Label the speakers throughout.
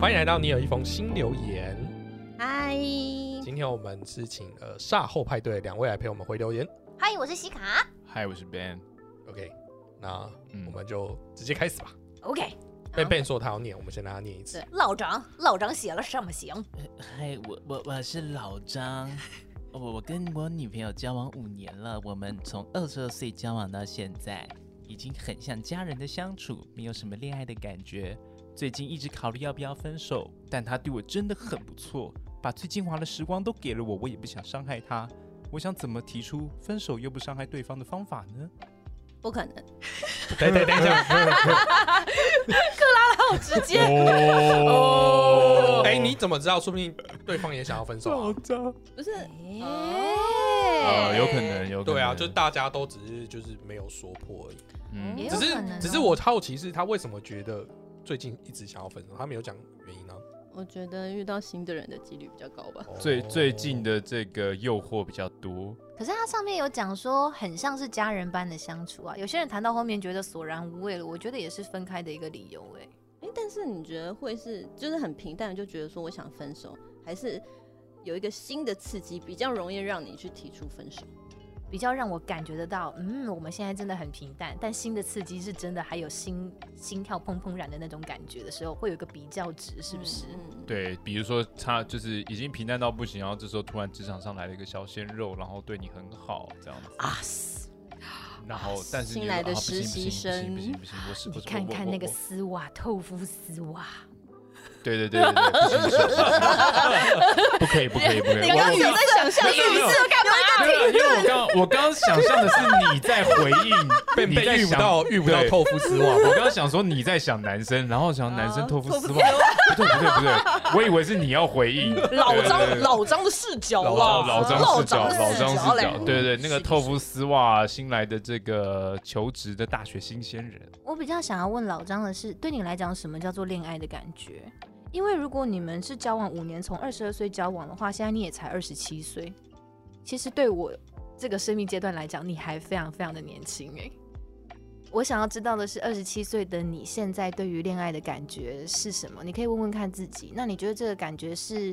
Speaker 1: 欢迎来到你有一封新留言。
Speaker 2: 嗨，
Speaker 1: 今天我们是请呃煞后派对两位来陪我们回留言。
Speaker 2: 嗨，我是西卡。
Speaker 3: 嗨，我是 Ben。
Speaker 1: OK，那
Speaker 3: 嗯
Speaker 1: 我们就直接开始吧。
Speaker 2: OK，
Speaker 1: Ben Ben 说他要念，我们先让他念一次
Speaker 2: 对。，老张，老张写了什么行？
Speaker 3: 嗨，我我我是老 张。我我跟我女朋友交往五年了，我们从二十二岁交往到现在，已经很像家人的相处，没有什么恋爱的感觉。最近一直考虑要不要分手，但她对我真的很不错，把最精华的时光都给了我，我也不想伤害她。我想怎么提出分手又不伤害对方的方法呢？
Speaker 2: 不可能，
Speaker 1: 等等等一下，
Speaker 2: 好直接。
Speaker 3: 哦
Speaker 1: 哎，你怎么知道？说不定对方也想要分手啊。
Speaker 3: 张，
Speaker 2: 不是，
Speaker 3: 啊，
Speaker 2: 哦
Speaker 3: 有可能，。有 可能，
Speaker 1: 哎对啊，就大家都只是就是没有说破而已。
Speaker 3: 嗯
Speaker 2: 也有
Speaker 1: 只
Speaker 2: 可能
Speaker 1: 是
Speaker 2: 哦
Speaker 1: 只是我好奇是他为什么觉得最近一直想要分手，他没有讲原因呢？啊
Speaker 4: 我觉得遇到新的人的几率比较高吧。
Speaker 3: 最
Speaker 1: 哦
Speaker 3: 最近
Speaker 1: 的
Speaker 3: 的这个诱惑比较多，
Speaker 2: 可是它上面有讲说，很像是家人般的相处啊。有些人谈到后面觉得索然无味了，我觉得也是分开的一个理由哎、
Speaker 4: 哎、但是你觉得会是就是很平淡，就觉得说我想分手，还是有一个新的刺激比较容易让你去提出分手？
Speaker 2: 比较让我感觉得到，嗯，我们现在真的很平淡，但新的刺激是真的，还有心心跳怦怦然的那种感觉的时候，会有一个比较值，是不是？
Speaker 4: 嗯，
Speaker 3: 对，比如说他就是已经平淡到不行，然后这时候突然职场上来了一个小鲜肉，然后对你很好这样子，
Speaker 2: 啊，
Speaker 3: 然后但是你
Speaker 4: 新
Speaker 3: 就
Speaker 4: 来的
Speaker 3: 啊不行
Speaker 4: 实习生
Speaker 3: 不行不行不行不行，我是
Speaker 2: 你
Speaker 3: 我是
Speaker 2: 看
Speaker 3: 我
Speaker 2: 看
Speaker 3: 我
Speaker 2: 那个
Speaker 3: 我
Speaker 2: 丝袜，透肤丝袜。
Speaker 3: 对对对对对，不行不行不行 不可以不可以不可以，
Speaker 2: 你刚刚有
Speaker 3: 我
Speaker 2: 在想象
Speaker 3: 没有没有
Speaker 2: 浴室干嘛？
Speaker 3: 我没有因为我刚我刚刚想象的是你在回应，
Speaker 1: 被
Speaker 3: 你在
Speaker 1: 被遇不
Speaker 3: 想
Speaker 1: 到遇不到
Speaker 3: 对
Speaker 1: 透肤丝袜，
Speaker 3: 我 刚刚想说你在想男生，然后想男生透肤
Speaker 4: 透
Speaker 3: 丝袜，
Speaker 4: 肤
Speaker 3: 不对不对不对，我以为是你要回应
Speaker 5: 老
Speaker 3: 对对
Speaker 5: 张
Speaker 3: 对
Speaker 5: 老张的视角啦，
Speaker 3: 老老张视角，啊老
Speaker 5: 老
Speaker 3: 张
Speaker 5: 角
Speaker 3: 视
Speaker 5: 嘞
Speaker 3: 角，对对，那个透肤丝袜，新来的这个求职的大学新鲜人，
Speaker 2: 我比较想要问老张的是，对你来讲，什么叫做恋爱的感觉？因为如果你们是交往五年，从二十二岁交往的话，现在你也才二十七岁，其实对我这个生命阶段来讲，你还非常非常的年轻哎、我想要知道的是，二十七岁的你现在对于恋爱的感觉是什么？你可以问问看自己。那你觉得这个感觉是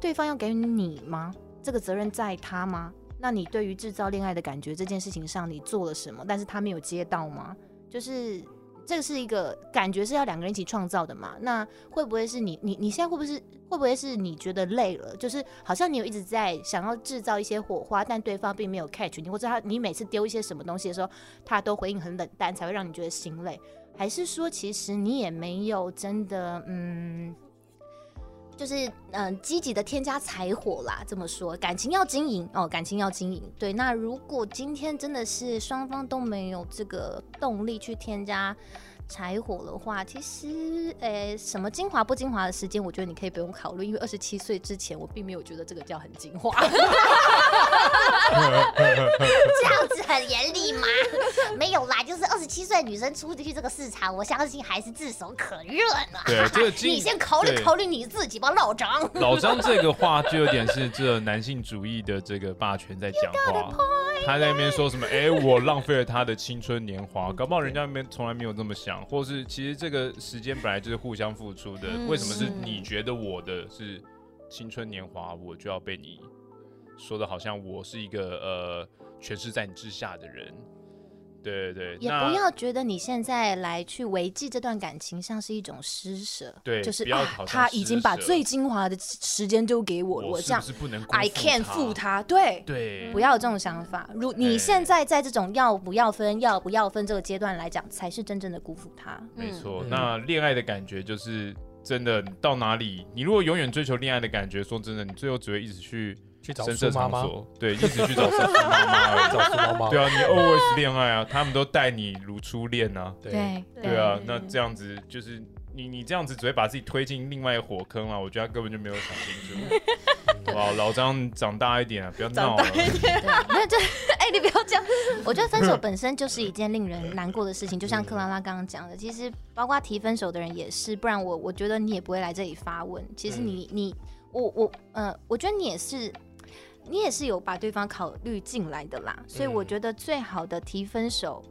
Speaker 2: 对方要给你吗？这个责任在他吗？那你对于制造恋爱的感觉这件事情上，你做了什么？但是他没有接到吗？就是这是一个感觉是要两个人一起创造的嘛？那会不会是你你你现在会不会是会不会是你觉得累了？就是好像你有一直在想要制造一些火花，但对方并没有 catch 你，或者他你每次丢一些什么东西的时候，他都回应很冷淡，才会让你觉得心累？还是说其实你也没有真的嗯？就是嗯，积极的添加柴火啦。这么说，感情要经营哦，感情要经营。对，那如果今天真的是双方都没有这个动力去添加柴火的话，其实呃，什么精华不精华的时间，我觉得你可以不用考虑，因为二十七岁之前，我并没有觉得这个叫很精华。
Speaker 6: 这样子很严厉吗？没有啦，就是二十七岁女生出去这个市场，我相信还是炙手可热呢。
Speaker 3: 对，这个经
Speaker 6: 你先考虑
Speaker 3: 对
Speaker 6: 考虑你自己吧，老张。
Speaker 3: 老张这个话就有点是这男性主义的这个霸权在讲话，他在那边说什么？哎，我浪费了他的青春年华，搞不好人家没从来没有这么想，或是其实这个时间本来就是互相付出的，
Speaker 2: 嗯
Speaker 3: 为什么是你觉得我的是青春年华，我就要被你说的好像我是一个呃权势在你之下的人？对对对，
Speaker 2: 也
Speaker 3: 那
Speaker 2: 不要觉得你现在来去维系这段感情，像是一种施舍。
Speaker 3: 对
Speaker 2: 就是
Speaker 3: 不要
Speaker 2: 啊
Speaker 3: 好像，
Speaker 2: 他已经把
Speaker 3: 施舍
Speaker 2: 最精华的时间丢给我了，
Speaker 3: 我
Speaker 2: 我
Speaker 3: 是
Speaker 2: 这样
Speaker 3: 不是不能辜
Speaker 5: I
Speaker 3: 负
Speaker 5: can
Speaker 3: 他
Speaker 5: 负他，对，
Speaker 3: 对
Speaker 2: 不要有这种想法。如
Speaker 3: 哎
Speaker 2: 你现在在这种要不要分、要不要分这个阶段来讲，才是真正的辜负他。
Speaker 3: 没错，
Speaker 1: 嗯
Speaker 3: 那恋爱的感觉就是真的，你到哪里，你如果永远追求恋爱的感觉，说真的，你最后只会一直去
Speaker 1: 去找
Speaker 3: 深
Speaker 1: 苏
Speaker 3: 色
Speaker 1: 妈
Speaker 3: 场
Speaker 1: 妈，
Speaker 3: 所，对，一直去找深色妈妈 而
Speaker 1: 找苏妈妈。
Speaker 3: 已。对啊，你 always 恋爱啊，他们都待你如初恋啊，
Speaker 1: 对，
Speaker 3: 对啊，那这样子就是你你这样子只会把自己推进另外一个火坑啊，我觉得他根本就没有想清楚。 好不好，老张长大一点啊，不要闹了。
Speaker 2: 没有，就哎、你不要这 样。我觉得分
Speaker 1: 嗯
Speaker 2: 手本身就是一件令人难过的事情，就像克拉拉刚刚讲的，其实包括提分手的人也是，不然我我
Speaker 1: 嗯
Speaker 2: 觉得你也不会来这里发问。其实你、你我我呃，我觉得你也是。你也是有把对方考虑进来的啦。所以我
Speaker 1: 嗯
Speaker 2: 觉得最好的提分手，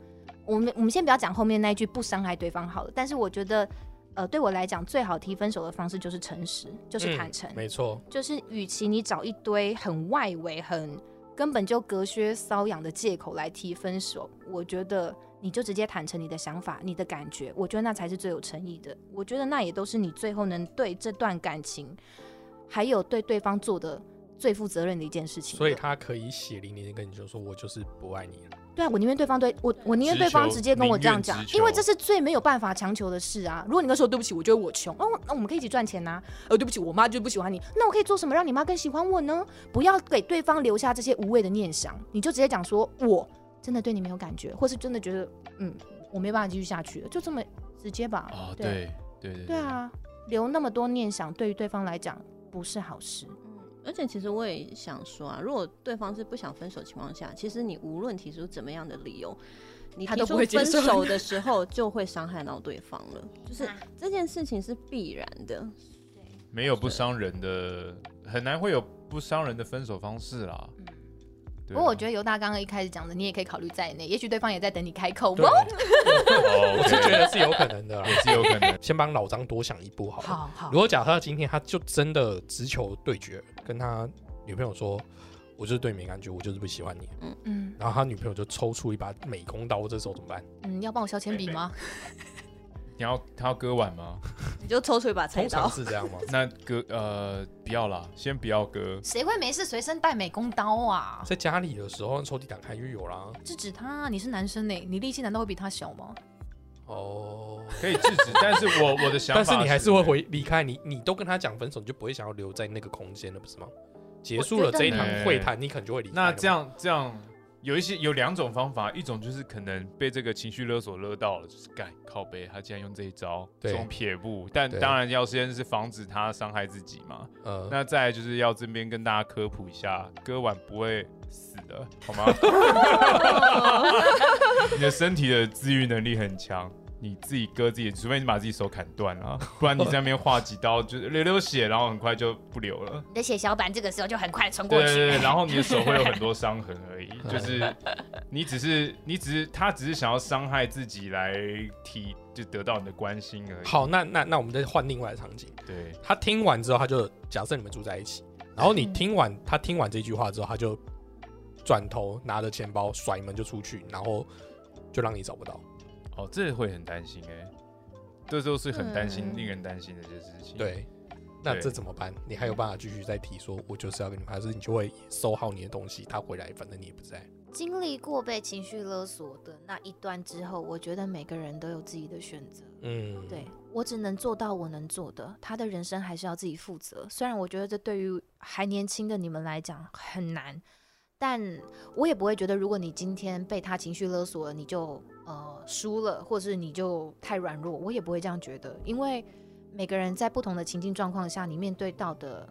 Speaker 2: 我们我们先不要讲后面那一句不伤害对方好了，但是我觉得。呃，对我来讲，最好提分手的方式就是诚实，就是坦诚，
Speaker 1: 嗯没错，
Speaker 2: 就是与其你找一堆很外围、很根本就隔靴搔痒的借口来提分手，我觉得你就直接坦诚你的想法、你的感觉，我觉得那才是最有诚意的。我觉得那也都是你最后能对这段感情，还有对对方做的最负责任的一件事情了。
Speaker 1: 所以他可以血淋淋的跟你就说，我就是不爱你了。
Speaker 2: 对啊，我宁愿对方对我，我宁愿对方直接跟我这样讲
Speaker 3: 直，球
Speaker 2: 因为这是最没有办法强求的事啊。如果你跟他说对不起，我觉得我穷，哦，那我们可以一起赚钱呐、呃，对不起，我妈就不喜欢你，那我可以做什么让你妈更喜欢我呢？不要给对方留下这些无谓的念想，你就直接讲说我真的对你没有感觉，或是真的觉得嗯，我没办法继续下去了，就这么直接吧。
Speaker 3: 啊，
Speaker 2: 对啊
Speaker 3: 对对对
Speaker 2: 对，啊，留那么多念想，对于对方来讲不是好事。
Speaker 4: 而且其实我也想说啊，如果对方是不想分手的情况下，其实你无论提出怎么样的理由，你
Speaker 5: 他
Speaker 4: 提
Speaker 5: 都
Speaker 4: 出
Speaker 5: 不会接
Speaker 4: 分
Speaker 5: 受
Speaker 4: 手的时候就会伤害到对方 了，就是
Speaker 6: 啊
Speaker 4: 这件事情是必然的。
Speaker 3: 没有不伤人的，很难会有不伤人的分手方式啦。
Speaker 2: 嗯不
Speaker 3: 对啊
Speaker 2: 过我觉得犹大刚刚一开始讲的，你也可以考虑在内，也许对方也在等你开口
Speaker 1: 对
Speaker 2: 哦。，
Speaker 3: 哦，
Speaker 1: 我是觉得是有可能的啦
Speaker 3: 也。是有可能。
Speaker 1: 先帮老张多想一步好了。
Speaker 2: 好好
Speaker 1: 如，果假设今天他就真的直球对决，跟他女朋友说，我就是对你没感觉，我就是不喜欢你，
Speaker 2: 嗯。
Speaker 1: 然后他女朋友就抽出一把美工刀，这时候怎么办？
Speaker 2: 嗯，要帮我削铅笔吗？
Speaker 3: 你要他要割腕吗？
Speaker 4: 你就抽出一把菜
Speaker 1: 通常
Speaker 4: 刀，
Speaker 1: 是这样 吗？
Speaker 3: 那割呃不要啦，先不要割。
Speaker 2: 谁会没事随身带美工刀啊？
Speaker 1: 在家里的时候，抽屉打开就有啦。
Speaker 2: 制止他啊，你是男生呢、你力气难道会比他小吗？
Speaker 1: 哦，
Speaker 3: 可以制 止，但是我我的想法，
Speaker 1: 但是你还是会，回离开，你你都跟他讲分手，你就不会想要留在那个空间了，不是吗？结束了
Speaker 2: 我觉得
Speaker 1: 这一堂
Speaker 3: 没
Speaker 1: 会谈，你可能就会离开了嘛。
Speaker 3: 哎那这样这样有一些有两种方法，一种就是可能被这个情绪勒索勒到了，就是干靠背，他竟然用这一招，
Speaker 1: 对
Speaker 3: 这种撇步，但
Speaker 1: 对
Speaker 3: 当然要先是防止他伤害自己嘛。
Speaker 1: 呃，
Speaker 3: 那再来就是要这边跟大家科普一下，割腕不会死的，好吗？你的身体的自愈能力很强，你自己割自己，除非你把自己手砍断了，不然你在那边划几刀就是流流血，然后很快就不流了。
Speaker 6: 你的血小板这个时候就很快冲
Speaker 3: 对
Speaker 6: 过
Speaker 3: 对
Speaker 6: 去。
Speaker 3: 对，然后你的手会有很多伤痕而已，就是你只是你只是他只是想要伤害自己来提，就得到你的关心而已。
Speaker 1: 好，那那那我们再换另外的场景。
Speaker 3: 对，
Speaker 1: 他听完之后，他就假设你们住在一起，然后
Speaker 2: 嗯
Speaker 1: 你听完他听完这句话之后，他就转头拿着钱包甩门就出去，然后就让你找不到。
Speaker 3: 哦，这会很担心哎、这都是很担心、
Speaker 4: 嗯
Speaker 3: 令人担心的一些事情。
Speaker 1: 对，那
Speaker 3: 嗯对
Speaker 1: 这怎么办？你还有办法继续再提说，我就是要跟你们，还是你就会收好你的东西，他回来反正你也不在。
Speaker 6: 经历过被情绪勒索的那一段之后，我觉得每个人都有自己的选择。
Speaker 1: 嗯，
Speaker 2: 哦对
Speaker 6: 我只能做到我能做的，他的人生还是要自己负责。虽然我觉得这对于还年轻的你们来讲很难，但我也不会觉得，如果你今天被他情绪勒索了，你就呃输了，或是你就太软弱，我也不会这样觉得，因为每个人在不同的情境状况下，你面对到的。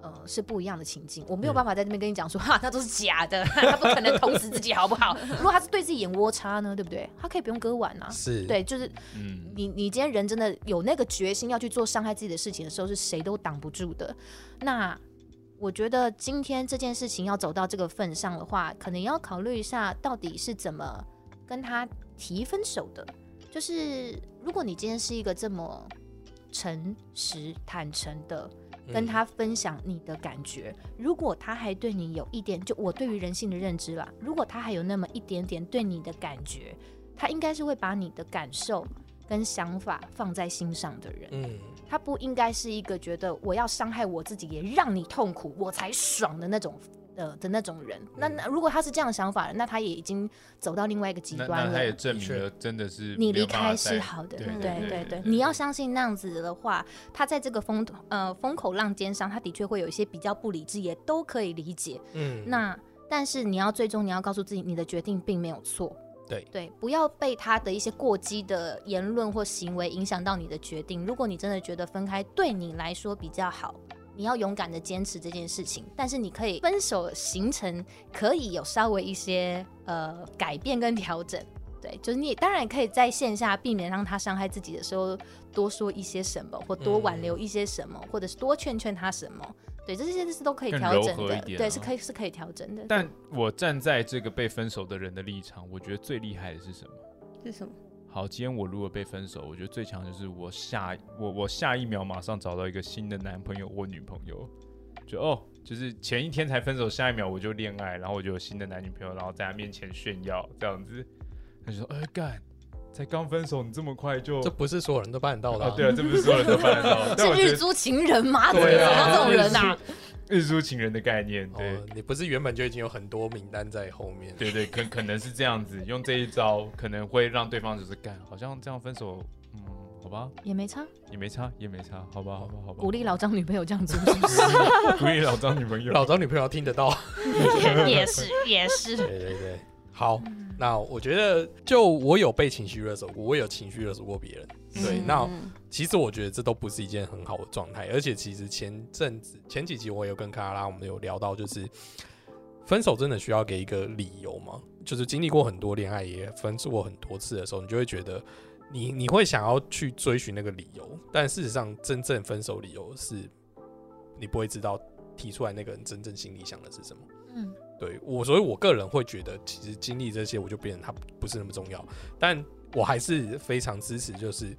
Speaker 6: 呃，是不一样的情境，我没有
Speaker 1: 嗯
Speaker 6: 办法在这边跟你讲说，哈，那都是假的，他不可能捅死自己，好不好？ 如果他是对自己眼窝差呢，对不对？他可以不用割腕啊，
Speaker 1: 是，
Speaker 2: 对，就是
Speaker 3: 嗯，
Speaker 2: 你，你今天人真的有那个决心要去做伤害自己的事情的时候，是谁都挡不住的。那我觉得今天这件事情要走到这个份上的话，可能要考虑一下到底是怎么跟他提分手的。就是如果你今天是一个这么诚实、坦诚的
Speaker 1: 嗯
Speaker 2: 跟他分享你的感觉，如果他还对你有一点，就我对于人性的认知啦，如果他还有那么一点点对你的感觉，他应该是会把你的感受跟想法放在心上的人。
Speaker 1: 嗯，
Speaker 2: 他不应该是一个觉得我要伤害我自己，也让你痛苦，我才爽的那种。呃的那种人，那那如果他是这样的想法，那他也已经走到另外一个极
Speaker 3: 那
Speaker 2: 端
Speaker 3: 那他也
Speaker 2: 了。
Speaker 3: 证明
Speaker 1: 的
Speaker 3: 了，真的
Speaker 2: 你
Speaker 3: 是没有
Speaker 2: 离
Speaker 3: 办法
Speaker 2: 开
Speaker 3: 再
Speaker 2: 是好的，嗯
Speaker 3: 对
Speaker 2: 对
Speaker 3: 对嗯
Speaker 2: 对，你要相信那样子的话，他在这个风呃风口浪尖上，他的确会有一些比较不理智，也都可以理解。
Speaker 1: 嗯，
Speaker 2: 那但是你要最终你要告诉自己，你的决定并没有错。
Speaker 1: 对
Speaker 2: 对，不要被他的一些过激的言论或行为影响到你的决定。如果你真的觉得分开对你来说比较好，你要勇敢的坚持这件事情。但是你可以分手行程可以有稍微一些呃改变跟调整。对，就是你当然可以在线下避免让他伤害自己
Speaker 3: 嗯
Speaker 2: 的时候多说一些什么，或多挽留一些什么，或者是多劝劝他什么。
Speaker 6: 对，这些是都可以
Speaker 3: 更
Speaker 6: 调
Speaker 3: 柔
Speaker 6: 整
Speaker 3: 和
Speaker 6: 的
Speaker 3: 一，点
Speaker 6: 对，
Speaker 3: 啊
Speaker 6: 是可以是可以调整的。
Speaker 3: 但我站在这个被分手的人的立场，我觉得最厉害的是什么？
Speaker 4: 是什么？
Speaker 3: 好，今天我如果被分手，我觉得最强就是我下我我下一秒马上找到一个新的男朋友或女朋友，就哦，就是前一天才分手，下一秒我就恋爱，然后我就有新的男女朋友，然后在他面前炫耀这样子，他就说，哎、干，才刚分手，你这么快就
Speaker 1: 这不是所有人都办得到的
Speaker 3: 啊
Speaker 1: 啊，，
Speaker 3: 对啊，这不是所有人都办得 到，但
Speaker 6: 是
Speaker 3: 我觉
Speaker 6: 日
Speaker 3: 得
Speaker 6: 租情人吗？怎么
Speaker 3: 对
Speaker 6: 找
Speaker 3: 啊
Speaker 6: 到这种人啊？
Speaker 3: 日出情人的概念，对、
Speaker 1: 哦，你不是原本就已经有很多名单在后面，
Speaker 3: 对对，可可能是这样子，用这一招可能会让对方就是干，好像这样分手，嗯，好吧，
Speaker 6: 也没差，
Speaker 3: 也没差，也没差，好吧，
Speaker 1: 哦
Speaker 3: 好吧，好吧，
Speaker 6: 鼓励老张女朋友这样 做，是不是
Speaker 3: 鼓励老张女朋友，
Speaker 1: 老张女朋友听得到。
Speaker 6: 也是也是。
Speaker 1: 对对对， 好，那我觉得就我有被情绪勒索过，我有情绪勒索过别人。对，
Speaker 4: 嗯
Speaker 1: 那
Speaker 4: 嗯
Speaker 1: 其实我觉得这都不是一件很好的状态，而且其实前阵子前几集我有跟卡拉拉我们有聊到，就是分手真的需要给一个理由吗？就是经历过很多恋爱，也分过很多次的时候，你就会觉得你你会想要去追寻那个理由，但事实上真正分手理由是你不会知道提出来那个人真正心里想的是什么。
Speaker 6: 嗯，
Speaker 1: 对我，所以我个人会觉得，其实经历这些，我就变成它不是那么重要。但我还是非常支持，就是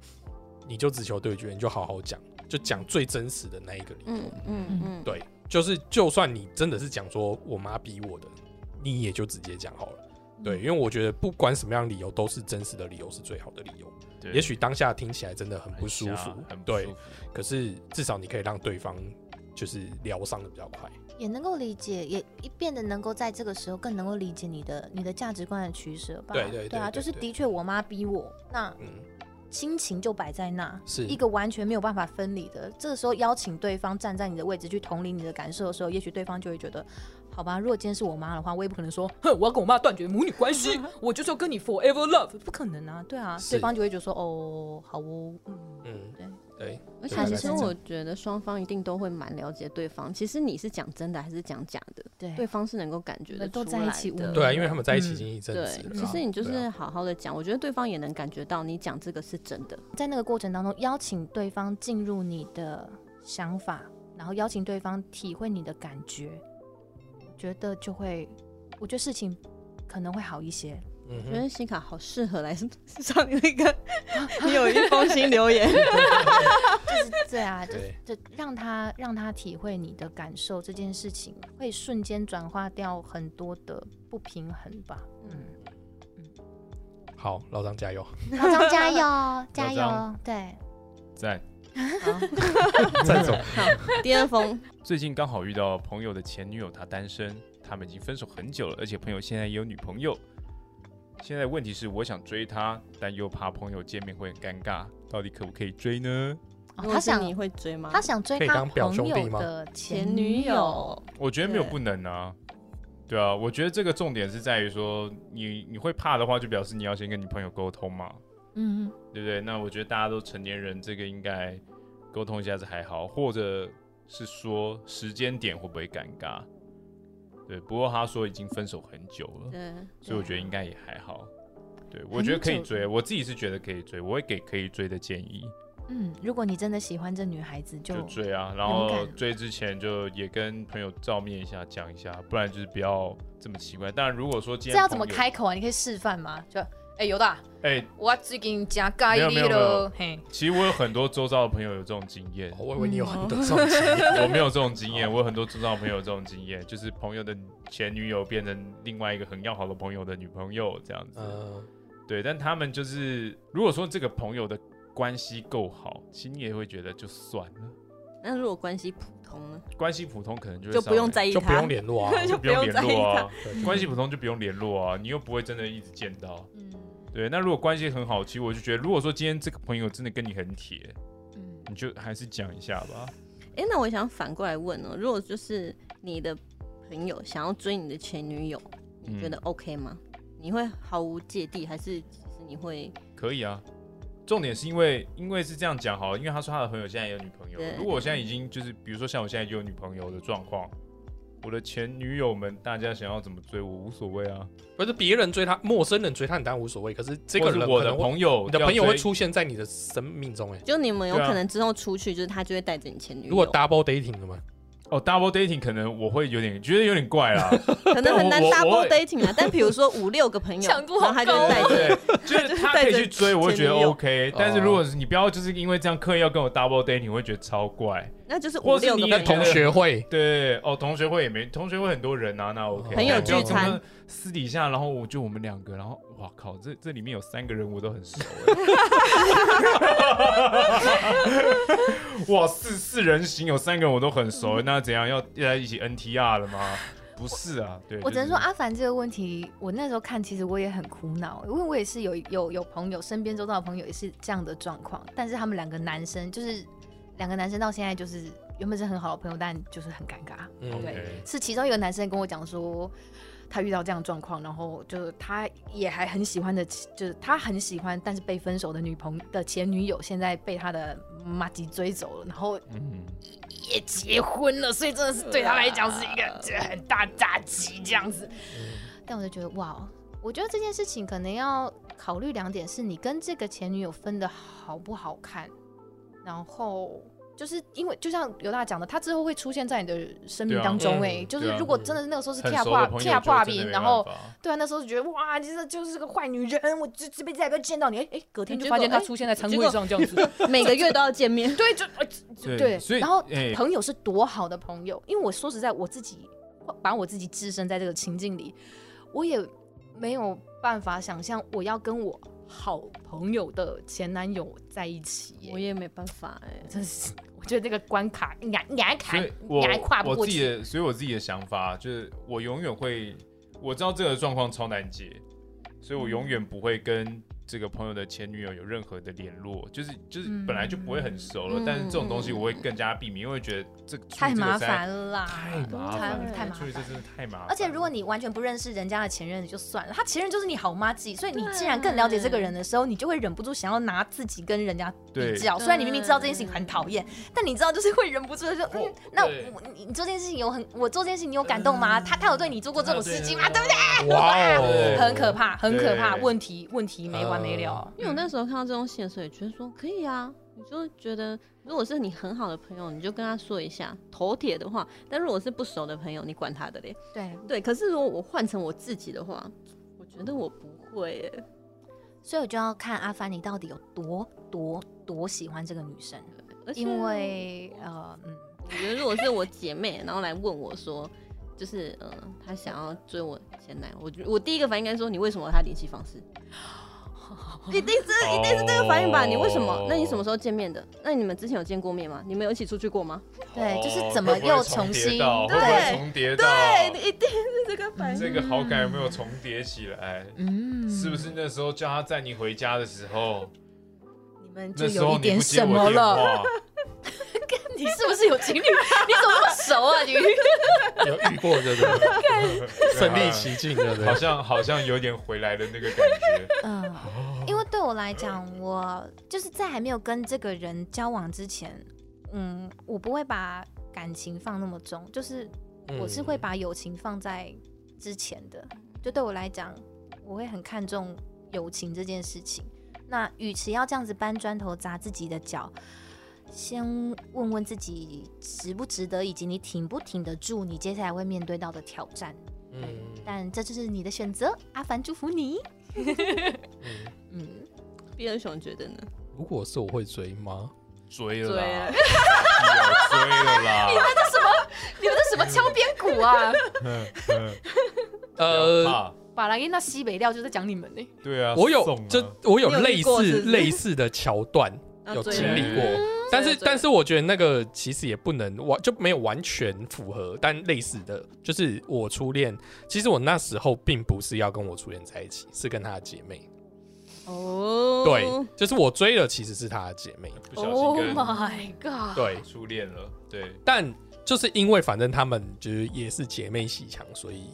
Speaker 1: 你就只求对决，你就好好讲，就讲最真实的那一个理由。
Speaker 4: 嗯嗯嗯，
Speaker 1: 对，就是就算你真的是讲说我妈逼我的，你也就直接讲好了。对，
Speaker 3: 嗯
Speaker 1: 因为我觉得不管什么样的理由，都是真实的理由是最好的理由。
Speaker 3: 对
Speaker 1: 也许当下听起来真的很
Speaker 3: 很
Speaker 1: 不舒服
Speaker 3: 瞎，很不
Speaker 1: 对
Speaker 3: 舒，服
Speaker 1: 可是至少你可以让对方就是疗伤的比较快。
Speaker 6: 也能够理解，也一变得能够在这个时候更能够理解你的你的价值观的取舍吧。
Speaker 1: 对对对
Speaker 6: 啊，
Speaker 1: 对
Speaker 6: 就是
Speaker 1: 对
Speaker 6: 的确我妈逼我，那
Speaker 1: 嗯，
Speaker 6: 心情就摆在那，
Speaker 1: 是
Speaker 6: 一个完全没有办法分离的。这个时候邀请对方站在你的位置去同理你的感受的时候，也许对方就会觉得，好吧，如果今天是我妈的话，我也不可能说，
Speaker 5: 哼，我要跟我妈断绝母女关 系，我就是要跟你 forever love。
Speaker 6: 不可能啊，对啊，
Speaker 1: 是
Speaker 6: 对方就会觉得说，哦，好哦，嗯，
Speaker 1: 嗯，
Speaker 6: 对
Speaker 1: 对，
Speaker 4: 而且
Speaker 1: 对
Speaker 4: 其
Speaker 1: 对
Speaker 4: 实
Speaker 6: 对
Speaker 4: 我觉得双方一定都会蛮了解对方。其实你是讲真的还是讲假的，
Speaker 6: 对
Speaker 4: 对方是能够感觉
Speaker 6: 我
Speaker 4: 得
Speaker 6: 们
Speaker 4: 出
Speaker 6: 都
Speaker 4: 来的。
Speaker 6: 在一起五年
Speaker 1: 对啊，因为他们在一起已经一阵子了啊、
Speaker 4: 嗯对，其实你就
Speaker 1: 对
Speaker 4: 是
Speaker 1: 啊
Speaker 4: 好好的讲，我觉得对方也能感觉到你讲这个是真的。
Speaker 6: 在那个过程当中，邀请对方进入你的想法，然后邀请对方体会你的感觉，我觉得就会，我觉得事情可能会好一些。
Speaker 1: 嗯
Speaker 4: 我
Speaker 1: 哼，
Speaker 4: 觉得西卡好适合来 上那 个，你有一封新留言，
Speaker 6: 对啊，就
Speaker 1: 对
Speaker 6: 就让他让他体会你的感受，这件事情会瞬间转化掉很多的不平衡吧。嗯，
Speaker 1: 好，老张 加油，
Speaker 6: 老张加 油，加
Speaker 3: 张
Speaker 6: 油！对，
Speaker 3: 赞。
Speaker 1: 赞总，
Speaker 4: 第二封
Speaker 3: 最近刚好遇到朋友的前女友，她单身，他们已经分手很久了，而且朋友现在也有女朋友。现在问题是，我想追她，但又怕朋友见面会很尴尬，到底可不可以追呢？
Speaker 6: 哦
Speaker 4: 如果
Speaker 6: 他
Speaker 4: 是
Speaker 6: 想
Speaker 4: 你会追吗？
Speaker 6: 他想追
Speaker 1: 可以
Speaker 6: 他
Speaker 1: 当表
Speaker 6: 朋
Speaker 1: 兄弟
Speaker 6: 友
Speaker 1: 吗
Speaker 6: 的前
Speaker 4: 前
Speaker 6: 女
Speaker 4: 女
Speaker 6: 友。
Speaker 4: 友，
Speaker 3: 我觉得没有
Speaker 4: 对
Speaker 3: 不能啊。对啊，我觉得这个重点是在于说，你你会怕的话，就表示你要先跟你朋友沟通嘛，
Speaker 6: 嗯，
Speaker 3: 对不对？那我觉得大家都成年人，这个应该沟通一下是还好，或者是说时间点会不会尴尬？对，不过他说已经分手很久了，
Speaker 4: 对，
Speaker 3: 所以我觉得应该也还好。对，我觉得可以追，我自己是觉得可以追，我会给可以追的建议，
Speaker 6: 嗯，如果你真的喜欢这女孩子就，
Speaker 3: 就追啊。然后
Speaker 6: 勇敢
Speaker 3: 追之前就也跟朋友照面一下，讲一下，不然就是不要这么奇怪。但如果说今
Speaker 6: 这
Speaker 3: 天
Speaker 6: 要怎么
Speaker 3: 朋友？
Speaker 6: 开口啊？你可以示范吗？就，哎、尤大，
Speaker 3: 哎，
Speaker 6: 我最近加咖
Speaker 3: 没有没
Speaker 6: 喱
Speaker 3: 有没有
Speaker 6: 了，嘿，
Speaker 3: 其实我有很多周遭的朋友有这种经验，
Speaker 1: 我以为你有
Speaker 4: 嗯
Speaker 1: 很多这种经验，
Speaker 3: 我没有这种经验，我有很多周遭的朋友有这种经验，就是朋友的前女友变成另外一个很要好的朋友的女朋友这样子。
Speaker 1: 嗯，
Speaker 3: 对，但他们就是如果说这个朋友的关系够好，其实你也会觉得就算了。
Speaker 4: 那如果关系普通呢，
Speaker 3: 关系普通可能就会
Speaker 4: 就
Speaker 3: 稍
Speaker 4: 不用
Speaker 3: 微
Speaker 4: 在意
Speaker 1: 就不
Speaker 4: 他
Speaker 1: 用。联 络啊，
Speaker 3: 就不用联络啊，
Speaker 1: 对
Speaker 3: 关系普通就不用联络啊，你又不会真的一直见到。
Speaker 6: 嗯
Speaker 3: 对，那如果关系很好，其实我就觉得，如果说今天这个朋友真的跟你很铁，
Speaker 6: 嗯，
Speaker 3: 你就还是讲一下吧。
Speaker 4: 哎，那我想反过来问哦，如果就是你的朋友想要追你的前女友，你觉
Speaker 3: 嗯
Speaker 4: 得 OK 吗？你会毫无芥蒂，还是其实你会
Speaker 3: 可以啊。重点是因为，因为是这样讲好了，因为他说他的朋友现在也有女朋友
Speaker 4: 对。
Speaker 3: 如果我现在已经就是，比如说像我现在就有女朋友的状况，我的前女友们大家想要怎么追我无所谓啊。
Speaker 1: 不是别人追他，陌生人追他，你当然无所谓。可是这个
Speaker 3: 或
Speaker 1: 人
Speaker 3: 是我
Speaker 1: 可
Speaker 3: 的
Speaker 1: 能会，
Speaker 3: 朋友，
Speaker 1: 你的朋友会，出现在你的生命中，哎，
Speaker 4: 就你们有
Speaker 3: 对啊
Speaker 4: 可能之后出去，就是他就会带着你前女友。
Speaker 1: 如果 double dating 的嘛，
Speaker 3: 哦，double dating 可能我会有点觉得有点怪啦，
Speaker 4: 可能很难
Speaker 3: 但我我
Speaker 4: double
Speaker 3: 我
Speaker 4: dating 啊。但比如说五六个朋友，
Speaker 5: 强度
Speaker 4: 然
Speaker 5: 好
Speaker 4: 后他就
Speaker 6: 哦
Speaker 5: 高
Speaker 4: 带着
Speaker 3: 对，就是他可以去追，我会觉得
Speaker 4: 前女友
Speaker 3: OK。但是如果是你不要就是因为这样刻意要跟我 double dating，我会觉得超怪。
Speaker 4: 那就是五
Speaker 3: 或是
Speaker 4: 六
Speaker 3: 你
Speaker 4: 个朋
Speaker 3: 也
Speaker 4: 友
Speaker 1: 那同学会
Speaker 3: 对，哦，同学会也没，同学会很多人啊，那
Speaker 6: 哦
Speaker 3: OK。
Speaker 1: 朋友
Speaker 3: 但不要
Speaker 1: 聚
Speaker 4: 餐
Speaker 3: 这么私底下，然后我就我们两个，然后哇靠，这这里面有三个人我都很熟欸 哇，四四人行有三个人我都很熟欸，那怎样要要在一起 NTR 了吗？不是啊，对，
Speaker 6: 我只能
Speaker 3: 就
Speaker 6: 说
Speaker 3: 是
Speaker 6: 阿凡这个问题，我那时候看其实我也很苦恼，因为我也是有有有朋友身边周遭的朋友也是这样的状况，但是他们两个男生就是两个男生到现在就是原本是很好的朋友，但就是很尴尬。
Speaker 1: 嗯
Speaker 6: 对
Speaker 3: OK
Speaker 6: 是其中一个男生跟我讲说，他遇到这样的状况，然后就是他也还很喜欢的，就是他很喜欢，但是被分手的女朋的前女友现在被他的妈吉追走了，然后
Speaker 3: 嗯，
Speaker 6: 也结婚了，所以真的是对他来讲是一个这
Speaker 3: 啊
Speaker 6: 很大打击这样子。但我就觉得哇，我觉得这件事情可能要考虑两点：是你跟这个前女友分的好不好看，然后。就是因为就像刘大讲的，他之后会出现在你的生命
Speaker 3: 对啊
Speaker 6: 当中、
Speaker 1: 嗯
Speaker 6: 哎、就是
Speaker 3: 对啊
Speaker 6: 如果真的那个时候是
Speaker 3: 很
Speaker 6: 跳
Speaker 3: 熟的
Speaker 6: 挂
Speaker 3: 朋友
Speaker 6: 跳
Speaker 3: 就
Speaker 6: 挂
Speaker 3: 真的
Speaker 6: 饼，
Speaker 3: 没
Speaker 6: 然
Speaker 3: 办
Speaker 6: 后
Speaker 3: 法
Speaker 6: 对啊，那时候就觉得哇，你这就是个坏女人，我这这辈子还不要见到你。哎、哎隔天就
Speaker 5: 就
Speaker 6: 发
Speaker 5: 发现
Speaker 6: 现他
Speaker 5: 他
Speaker 6: 出，，
Speaker 5: 出现在餐
Speaker 4: 结
Speaker 5: 会
Speaker 4: 果
Speaker 5: 上这样子，
Speaker 4: 每个月都要见面
Speaker 6: 对，就、哎
Speaker 3: 对
Speaker 6: 对
Speaker 3: 所以
Speaker 6: 然后
Speaker 3: 哎
Speaker 6: 朋友是多好的朋友，因为我说实在，我自己把我自己置身在这个情境里，我也没有办法想象我要跟我好朋友的前男友在一起耶
Speaker 4: 我也没办法哎。
Speaker 6: 真是，我觉得这个关卡难难
Speaker 3: 所
Speaker 6: 坎
Speaker 3: 以，我
Speaker 6: 难跨不
Speaker 3: 我
Speaker 6: 过
Speaker 3: 自己
Speaker 6: 去。
Speaker 3: 的，所以我自己的想法就是，我永远会，我知道这个状况超难解，所以我
Speaker 6: 嗯
Speaker 3: 永远不会跟这个朋友的前女友有任何的联络，就是就是本来就不会很熟了，
Speaker 4: 嗯
Speaker 3: 但是这种东西我会更加避免，因为觉得这个
Speaker 6: 太麻，烦
Speaker 3: 处
Speaker 6: 了啦，
Speaker 3: 理这个实在太麻烦了，
Speaker 6: 太麻
Speaker 3: 处理
Speaker 6: 烦
Speaker 3: 这。真的太麻烦了。
Speaker 6: 而且如果你完全不认识人家的前任也就算了，他前任就是你好妈鸡，所以你既然更了解这个人的时候，你就会忍不住想要拿自己跟人家比
Speaker 3: 对
Speaker 6: 较。虽然你明明知道这件事情很讨厌，但你知道就是会忍不住的说，
Speaker 3: 哦
Speaker 6: 嗯，那
Speaker 1: 对
Speaker 6: 我你你做这件事情有很，我做这件事情你有感动吗？他他有对你做过这种事情吗？嗯啊对不对？
Speaker 1: 哇哦，
Speaker 6: 很可怕，很可怕，
Speaker 3: 对嗯
Speaker 6: 问题问题没完没了。
Speaker 4: 因为我那时候看到这种线索，也觉得说可以啊。你就觉得，如果是你很好的朋友，你就跟他说一下头铁的话；但如果是不熟的朋友，你管他的嘞。
Speaker 6: 对，
Speaker 4: 对，可是如果我换成我自己的话，我觉得我不会耶。
Speaker 6: 所以我就要看阿凡你到底有多多多喜欢这个女生，
Speaker 4: 而且
Speaker 6: 因为呃嗯。
Speaker 4: 我觉得如果是我姐妹，然后来问我说，就是嗯、呃她想要追我前男友，我觉我第一个反应应该说，你为什么有他联系方式？一定是一定是这个反应吧？你为什么？那你什么时候见面的？那你们之前有见过面吗？你们有一起出去过吗？
Speaker 6: 对就是
Speaker 3: 哦
Speaker 6: 怎么
Speaker 3: 会不会
Speaker 6: 又
Speaker 3: 重叠
Speaker 6: 重新
Speaker 3: 到会不
Speaker 4: 对
Speaker 3: 会重叠
Speaker 1: 哦
Speaker 3: 到？
Speaker 4: 你一定是这个反应。
Speaker 3: 这个好感有没有重叠起来？嗯，是不是那时候叫他载你回家的时候，
Speaker 6: 你们就
Speaker 3: 那时
Speaker 6: 有
Speaker 3: 候
Speaker 6: 一
Speaker 3: 你不
Speaker 6: 点
Speaker 3: 接
Speaker 6: 什
Speaker 3: 我
Speaker 6: 么
Speaker 3: 电
Speaker 6: 了？
Speaker 3: 话？
Speaker 6: 你是不是有情侣？你怎么那么熟啊？你
Speaker 1: 有遇过这种身临其境的
Speaker 3: 好
Speaker 1: 人，
Speaker 3: 像好像有点回来的那个感 觉。
Speaker 6: 嗯， 因为对我来讲，我就是在还没有跟这个人交往之前，嗯，我不会把感情放那么重，就是我是会把友情放在之前的。就对我来讲，我会很看重友情这件事情。那与其要这样子搬砖头砸自己的脚，先问问自己值不值得，以及你挺不挺得住你接下来会面对到的挑战。
Speaker 1: 嗯
Speaker 6: 但这就是你的选择，阿凡祝福你。
Speaker 1: 嗯
Speaker 6: 嗯，
Speaker 4: 比尔熊觉得呢？
Speaker 1: 如果是我会追吗？
Speaker 3: 追
Speaker 4: 对
Speaker 3: 了啦，
Speaker 4: 啊，
Speaker 3: 有追了啦。
Speaker 6: 你们这什么敲边鼓 啊？
Speaker 1: 呃，
Speaker 3: 嗯啊，
Speaker 6: 巴拉伊那西北料就在讲你们呢、
Speaker 3: 对啊，
Speaker 1: 我
Speaker 3: 送
Speaker 1: 有
Speaker 3: 啊
Speaker 1: 这我有
Speaker 4: 你有遇
Speaker 1: 类
Speaker 4: 过
Speaker 1: 似
Speaker 4: 是不是
Speaker 1: 类似的桥段
Speaker 4: 啊
Speaker 1: 有
Speaker 4: 追
Speaker 1: 经
Speaker 4: 了
Speaker 1: 历过
Speaker 3: 嗯，
Speaker 1: 但是
Speaker 4: 追了
Speaker 1: 但是我觉得那个其实也不能完就没有完全符合，但类似的就是我初恋，其实我那时候并不是要跟我初恋在一起，是跟她的姐妹。
Speaker 4: 哦，
Speaker 1: 对，就是我追的其实是她的姐妹，
Speaker 3: 不小心
Speaker 6: Oh my god！
Speaker 1: 对，
Speaker 3: 跟初恋了，对，
Speaker 1: 但就是因为反正她们就是也是姐妹戏强，所以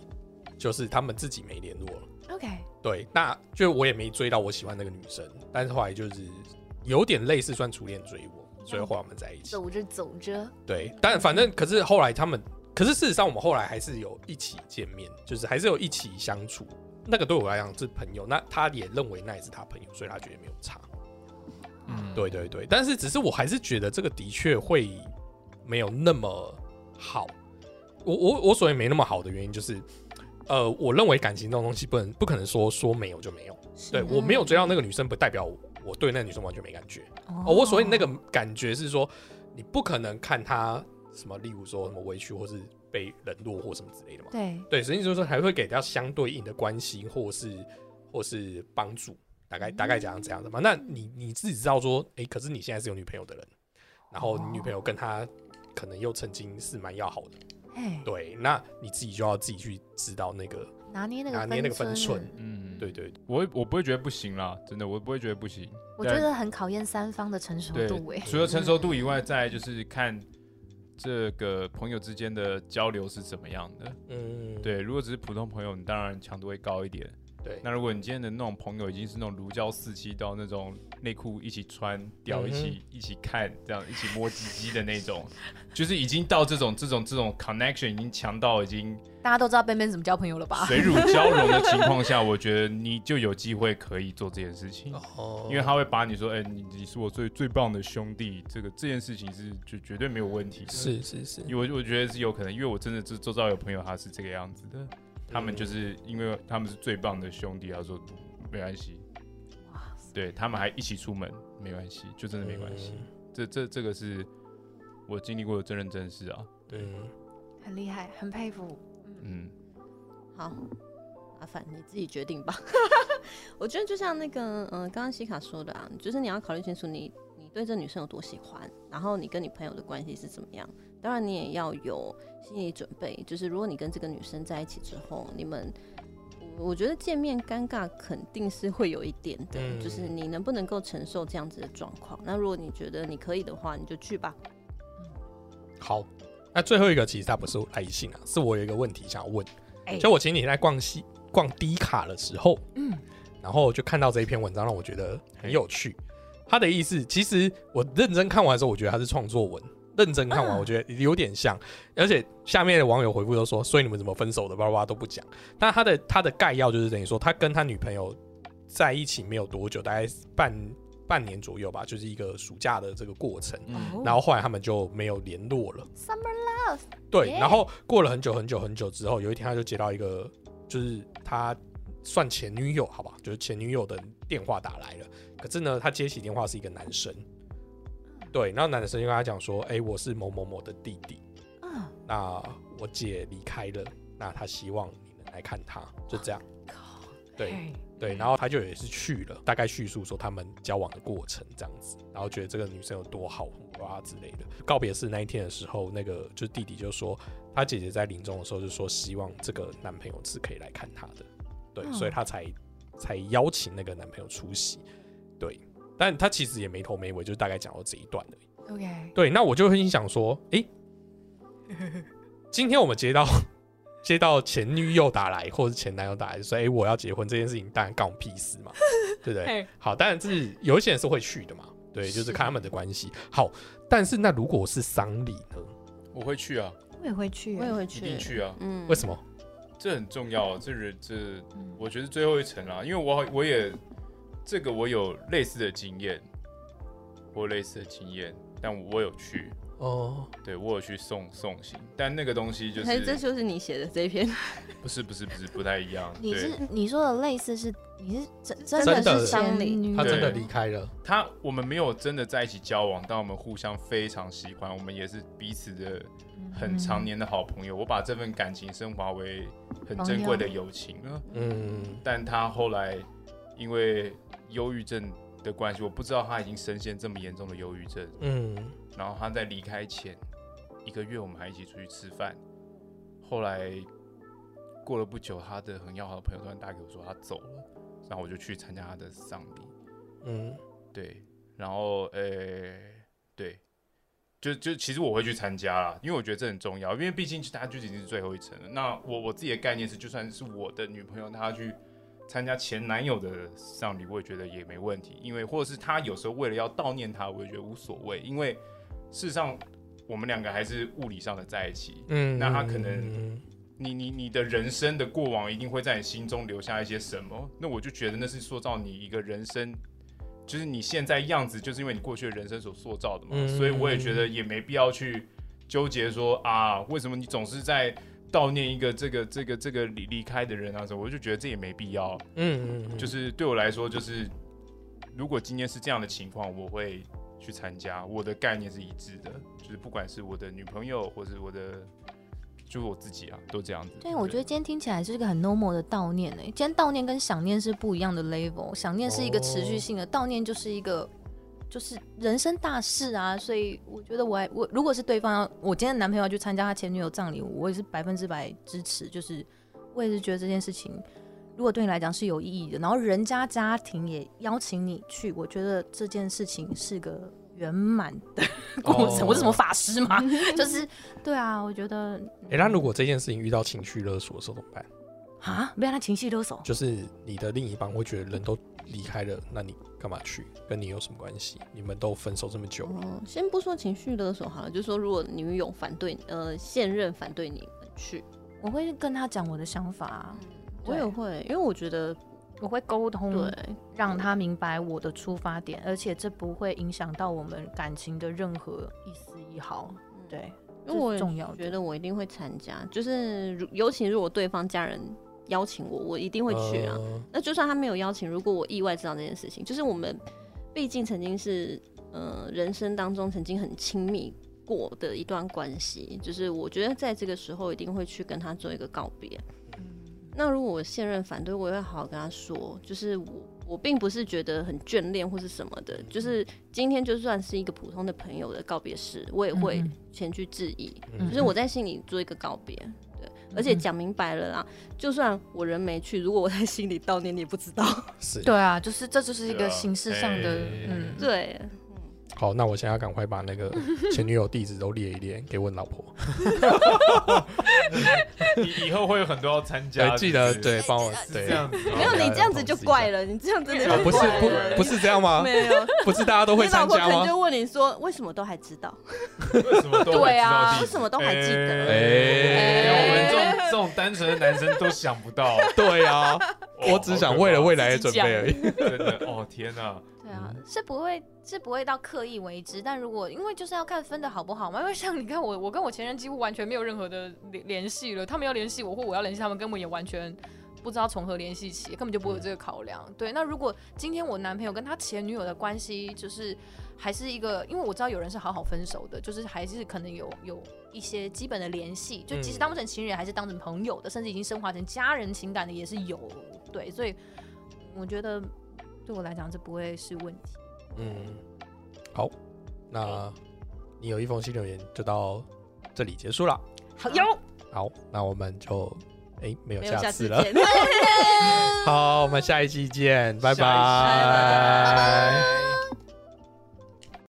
Speaker 1: 就是她们自己没联络了。
Speaker 6: OK，
Speaker 1: 对，那就我也没追到我喜欢那个女生，但是后来就是有点类似算初恋追我，所以后来我们在一起。
Speaker 6: 走着走着，
Speaker 1: 对，但反正可是后来他们，可是事实上我们后来还是有一起见面，就是还是有一起相处。那个对我来讲是朋友，那他也认为那也是他朋友，所以他觉得没有差。
Speaker 3: 嗯，
Speaker 1: 对对对，但是只是我还是觉得这个的确会没有那么好。我我我所谓没那么好的原因就是，呃，我认为感情这种东西不能不可能说说没有就没有。对我没有追到那个女生，不代表我我对那个女生完全没感觉。哦，我所谓那个感觉是说，你不可能看她什么，例如说什么委屈或是被冷落或什么之类的嘛。
Speaker 6: 对，
Speaker 1: 对，所以就是说还会给到相对应的关心或是或是帮助，大概大概讲这样的嘛。那你你自己知道说，诶，可是你现在是有女朋友的人，然后你女朋友跟他可能又曾经是蛮要好的，
Speaker 6: 哎，
Speaker 1: 对，那你自己就要自己去知道那个
Speaker 6: 拿捏那个
Speaker 1: 拿捏那个分寸
Speaker 6: 寸，
Speaker 3: 嗯，
Speaker 1: 对，对对
Speaker 3: 我会我不会觉得不行啦，真的，我不会觉得不行。
Speaker 6: 我觉得很考验三方的成熟
Speaker 3: 对
Speaker 6: 度哎。
Speaker 3: 除了成熟度以外，再来就是看这个朋友之间的交流是怎么样的。
Speaker 1: 嗯，
Speaker 3: 对，如果只是普通朋友，你当然强度会高一点。
Speaker 1: 对
Speaker 3: 那如果你今天的那种朋友已经是那种如胶似漆到那种内裤一起
Speaker 1: 嗯
Speaker 3: 穿、屌一起、一起看、这样一起摸鸡鸡的那种，就是已经到这种这种这种 connection 已经强到已经
Speaker 6: 大家都知道贝贝怎么交朋友了
Speaker 1: 啊
Speaker 6: 吧？
Speaker 3: 水乳交融的情况下，我觉得你就有机会可以做这件事情。
Speaker 1: 哦
Speaker 3: 因为他会把你说，哎、你你是我最最棒的兄弟，这个这件事情是就绝对没有问题的。
Speaker 1: 是是是，
Speaker 3: 因为我我觉得是有可能，因为我真的是周遭有朋友他是这个样子的，他们就是因为他们是最棒的兄弟，他说没关系，对他们还一起出门，没关系，就
Speaker 1: 嗯
Speaker 3: 真的没关系。这这这个是我经历过的真人真事啊，对，
Speaker 1: 嗯，
Speaker 6: 很厉害，很佩服。
Speaker 3: 嗯，
Speaker 4: 好，麻烦你自己决定吧。 我觉得就像那个，嗯、刚刚西卡说的啊，就是你要考虑清楚你你对这女生有多喜欢，然后你跟你朋友的关系是怎么样。当然，你也要有心理准备，就是如果你跟这个女生在一起之后，你们。我我觉得见面尴尬肯定是会有一点的，
Speaker 1: 嗯
Speaker 4: 就是你能不能够承受这样子的状况？那如果你觉得你可以的话，你就去吧。
Speaker 1: 好，那最后一个其实它不是来信啊，是我有一个问题想要问，
Speaker 6: 哎
Speaker 1: 就我前几天在逛西逛低卡的时候，嗯，然后就看到这一篇文章，让我觉得很有趣。他的意思，其实我认真看完的时候，我觉得他是创作文。认真看完，我觉得有点像，而且下面的网友回复都说，所以你们怎么分手的，叭叭叭都不讲。但他的他的概要就是等于说，他跟他女朋友在一起没有多久，大概半半年左右吧，就是一个暑假的这个过程。
Speaker 3: 嗯
Speaker 1: 然后后来他们就没有联络了。
Speaker 6: Summer
Speaker 1: 对，
Speaker 6: 耶
Speaker 1: 然后过了很久很久很久之后，有一天他就接到一个，就是他算前女友，好吧，就是前女友的电话打来了。可是呢，他接起电话是一个男生，对，然后男生就跟他讲说：“哎、我是某某某的弟弟，
Speaker 6: 嗯，
Speaker 1: 那我姐离开了，那他希望你能来看他，就这样。”对，
Speaker 6: 哎
Speaker 1: 对，然后他就也是去了，大概叙述说他们交往的过程这样子，然后觉得这个女生有多好啊之类的。告别式那一天的时候，那个就弟弟就说，他姐姐在临终的时候就说，希望这个男朋友是可以来看她的，对，
Speaker 6: 嗯
Speaker 1: 所以他才才邀请那个男朋友出席，对，但他其实也没头没尾，就大概讲到这一段而已。
Speaker 6: ，OK，
Speaker 1: 对，那我就会心想说，诶，今天我们接到接到前女友打来，或者前男友打来，说，诶，我要结婚这件事情，当然干我屁事嘛，对不对
Speaker 5: 嘿？
Speaker 1: 好，当然是有一些人是会去的嘛，对，就是看他们的关系。好，但是那如果是丧礼呢？
Speaker 3: 我会去啊，
Speaker 6: 我也会去
Speaker 4: 我也
Speaker 6: 哎
Speaker 4: 会
Speaker 3: 一
Speaker 4: 去，
Speaker 3: 定去啊，
Speaker 4: 嗯，
Speaker 1: 为什么？
Speaker 3: 这很重要啊，这人这我觉得最后一层啦，因为我好我也这个我有类似的经验，我有类似的经验，但我有去，
Speaker 1: 哦，
Speaker 3: 对我有去送送行，但那个东西就
Speaker 4: 还是这
Speaker 3: 是
Speaker 4: 就是你写的这一篇，
Speaker 3: 不是不是不是不太一样，
Speaker 6: 你
Speaker 3: 对
Speaker 6: 是你说的类似是你是真真
Speaker 1: 真的
Speaker 6: 是
Speaker 4: 真
Speaker 6: 前
Speaker 4: 的
Speaker 6: 女友，
Speaker 1: 他真的
Speaker 3: 对
Speaker 1: 离开了，
Speaker 3: 他我们没有真的在一起交往，但我们互相非常喜欢，我们也是彼此的很常年的好朋友，我把这份感情升华为很珍贵的友情啊。
Speaker 1: 嗯，
Speaker 3: 但他后来因为忧郁症的关系，我不知道他已经深陷这么严重的忧郁症。
Speaker 1: 嗯，
Speaker 3: 然后他在离开前一个月，我们还一起出去吃饭。后来过了不久，他的很要好的朋友突然打给我说他走了，然后我就去参加他的丧礼。
Speaker 1: 嗯，
Speaker 3: 对，然后呃、对，就就其实我会去参加啦，因为我觉得这很重要，因为毕竟它就已经是最后一层了。那我我自己的概念是，就算是我的女朋友她去参加前男友的丧礼，我也觉得也没问题，因为或者是她有时候为了要悼念他，我也觉得无所谓，因为事实上我们两个还是物理上的在一起。
Speaker 1: 嗯，
Speaker 3: 那他可能
Speaker 1: 嗯
Speaker 3: 你你你的人生的过往一定会在你心中留下一些什么？那我就觉得那是塑造你一个人生，就是你现在样子，就是因为你过去的人生所塑造的嘛。
Speaker 1: 嗯
Speaker 3: 所以我也觉得也没必要去纠结说啊，为什么你总是在悼念一个这个这个这个离离开的人啊什么？我就觉得这也没必要。啊
Speaker 1: 嗯嗯，嗯
Speaker 3: 就是对我来说，就是如果今天是这样的情况，我会去参加。我的概念是一致的，就是不管是我的女朋友，或是我的，就是我自己啊，都这样子。
Speaker 6: 对，我觉得今天听起来是一个很 normal 的悼念诶、今天悼念跟想念是不一样的 level，想念是一个持续性的，悼念就是一个就是人生大事啊。所以我觉得我还我如果是对方要我今天的男朋友要去参加他前女友葬礼，我也是百分之百支持，就是我也是觉得这件事情。如果对你来讲是有意义的，然后人家家庭也邀请你去，我觉得这件事情是个圆满的过程。
Speaker 1: 哦
Speaker 6: 我是什么法师吗？就是对啊，我觉得
Speaker 1: 诶，那如果这件事情遇到情绪勒索的时候怎么办？
Speaker 6: 啊，不要让他情绪勒索。
Speaker 1: 就是你的另一半会觉得人都离开了，那你干嘛去？跟你有什么关系？你们都分手这么久了，
Speaker 4: 嗯，先不说情绪勒索好了，就说如果女友反对，呃，现任反对你们去，
Speaker 6: 我会跟他讲我的想法啊，
Speaker 4: 我也会，因为我觉得
Speaker 6: 我会沟
Speaker 4: 对
Speaker 6: 通，，让他明白我的出发点，而且这不会影响到我们感情的任何一丝一毫。对，
Speaker 4: 因为我
Speaker 6: 这
Speaker 4: 也
Speaker 6: 是重要
Speaker 4: 觉
Speaker 6: 的。
Speaker 4: 得我一定会参加，就是如尤其如果对方家人邀请我，我一定会去啊。
Speaker 1: 呃
Speaker 4: 那就算他没有邀请，如果我意外知道这件事情，就是我们毕竟曾经是呃人生当中曾经很亲密过的一段关系，就是我觉得在这个时候一定会去跟他做一个告别。那如果我现任反对，我也会好好跟他说，就是我我并不是觉得很眷恋或是什么的，就是今天就算是一个普通的朋友的告别式，我也会
Speaker 6: 嗯
Speaker 4: 前去致意。
Speaker 1: 嗯
Speaker 4: 就是我在心里做一个告别，对，而且讲明白了啦，就算我人没去，如果我在心里悼念，你也不知 道。
Speaker 1: 是
Speaker 6: 对啊，就是这就是一
Speaker 3: 对
Speaker 6: 个
Speaker 3: 啊
Speaker 6: 形式上的，
Speaker 3: 哎
Speaker 6: 嗯，
Speaker 4: 对，
Speaker 1: 好，那我现在要赶快把那 个前女友地址都列一列给我老婆，
Speaker 3: 以以后会有很多要参加
Speaker 1: 对，
Speaker 3: 的，
Speaker 1: 哎记得
Speaker 3: 是不是
Speaker 4: 哎
Speaker 1: 对，帮我
Speaker 3: 是
Speaker 1: 对
Speaker 3: 这。样子。
Speaker 4: 没有你这样子就怪了，你这样真的
Speaker 1: 哦，
Speaker 4: 就
Speaker 1: 不是
Speaker 4: 怪了
Speaker 1: 不不是这样吗？
Speaker 4: 没有，
Speaker 1: 不是大家都会
Speaker 4: 你老
Speaker 1: 参
Speaker 4: 婆
Speaker 1: 加
Speaker 4: 可能
Speaker 1: 吗？
Speaker 4: 就问你说，为什么都还知道？
Speaker 3: 为什么都
Speaker 6: 对啊
Speaker 4: 为什么都还记得
Speaker 3: 哎，我们
Speaker 1: 哎
Speaker 3: 这种这种单纯的男生都想不到，哦
Speaker 1: 对啊， 我只想为了未
Speaker 3: 来
Speaker 1: 来准备而已。
Speaker 3: 真的哦，天哪！
Speaker 6: 对啊，是不会是不会到刻意为之，但如果因为就是要看分的好不好嘛，因为像你看我，我跟我前任几乎完全没有任何的联联系了，他们要联系我或我要联系他们，根本也完全不知道从何联系起，根本就不会有这个考量。对，那如果今天我男朋友跟他前女友的关系就是还是一个，因为我知道有人是好好分手的，就是还是可能有有一些基本的联系，就即
Speaker 1: 嗯
Speaker 6: 使当不成情人，还是当成朋友的，甚至已经升华成家人情感的也是有。对，所以我觉得对我来讲这不会是问题。
Speaker 1: 嗯，好，那你有一封新留言就到这里结束了。
Speaker 6: 好哟，
Speaker 1: 好，那我们就哎、没有
Speaker 4: 没有
Speaker 1: 下
Speaker 4: 下
Speaker 1: 次
Speaker 4: 次
Speaker 1: 了。
Speaker 4: 见。
Speaker 1: 好，我们下一期见，拜
Speaker 3: 下一期拜
Speaker 1: 拜。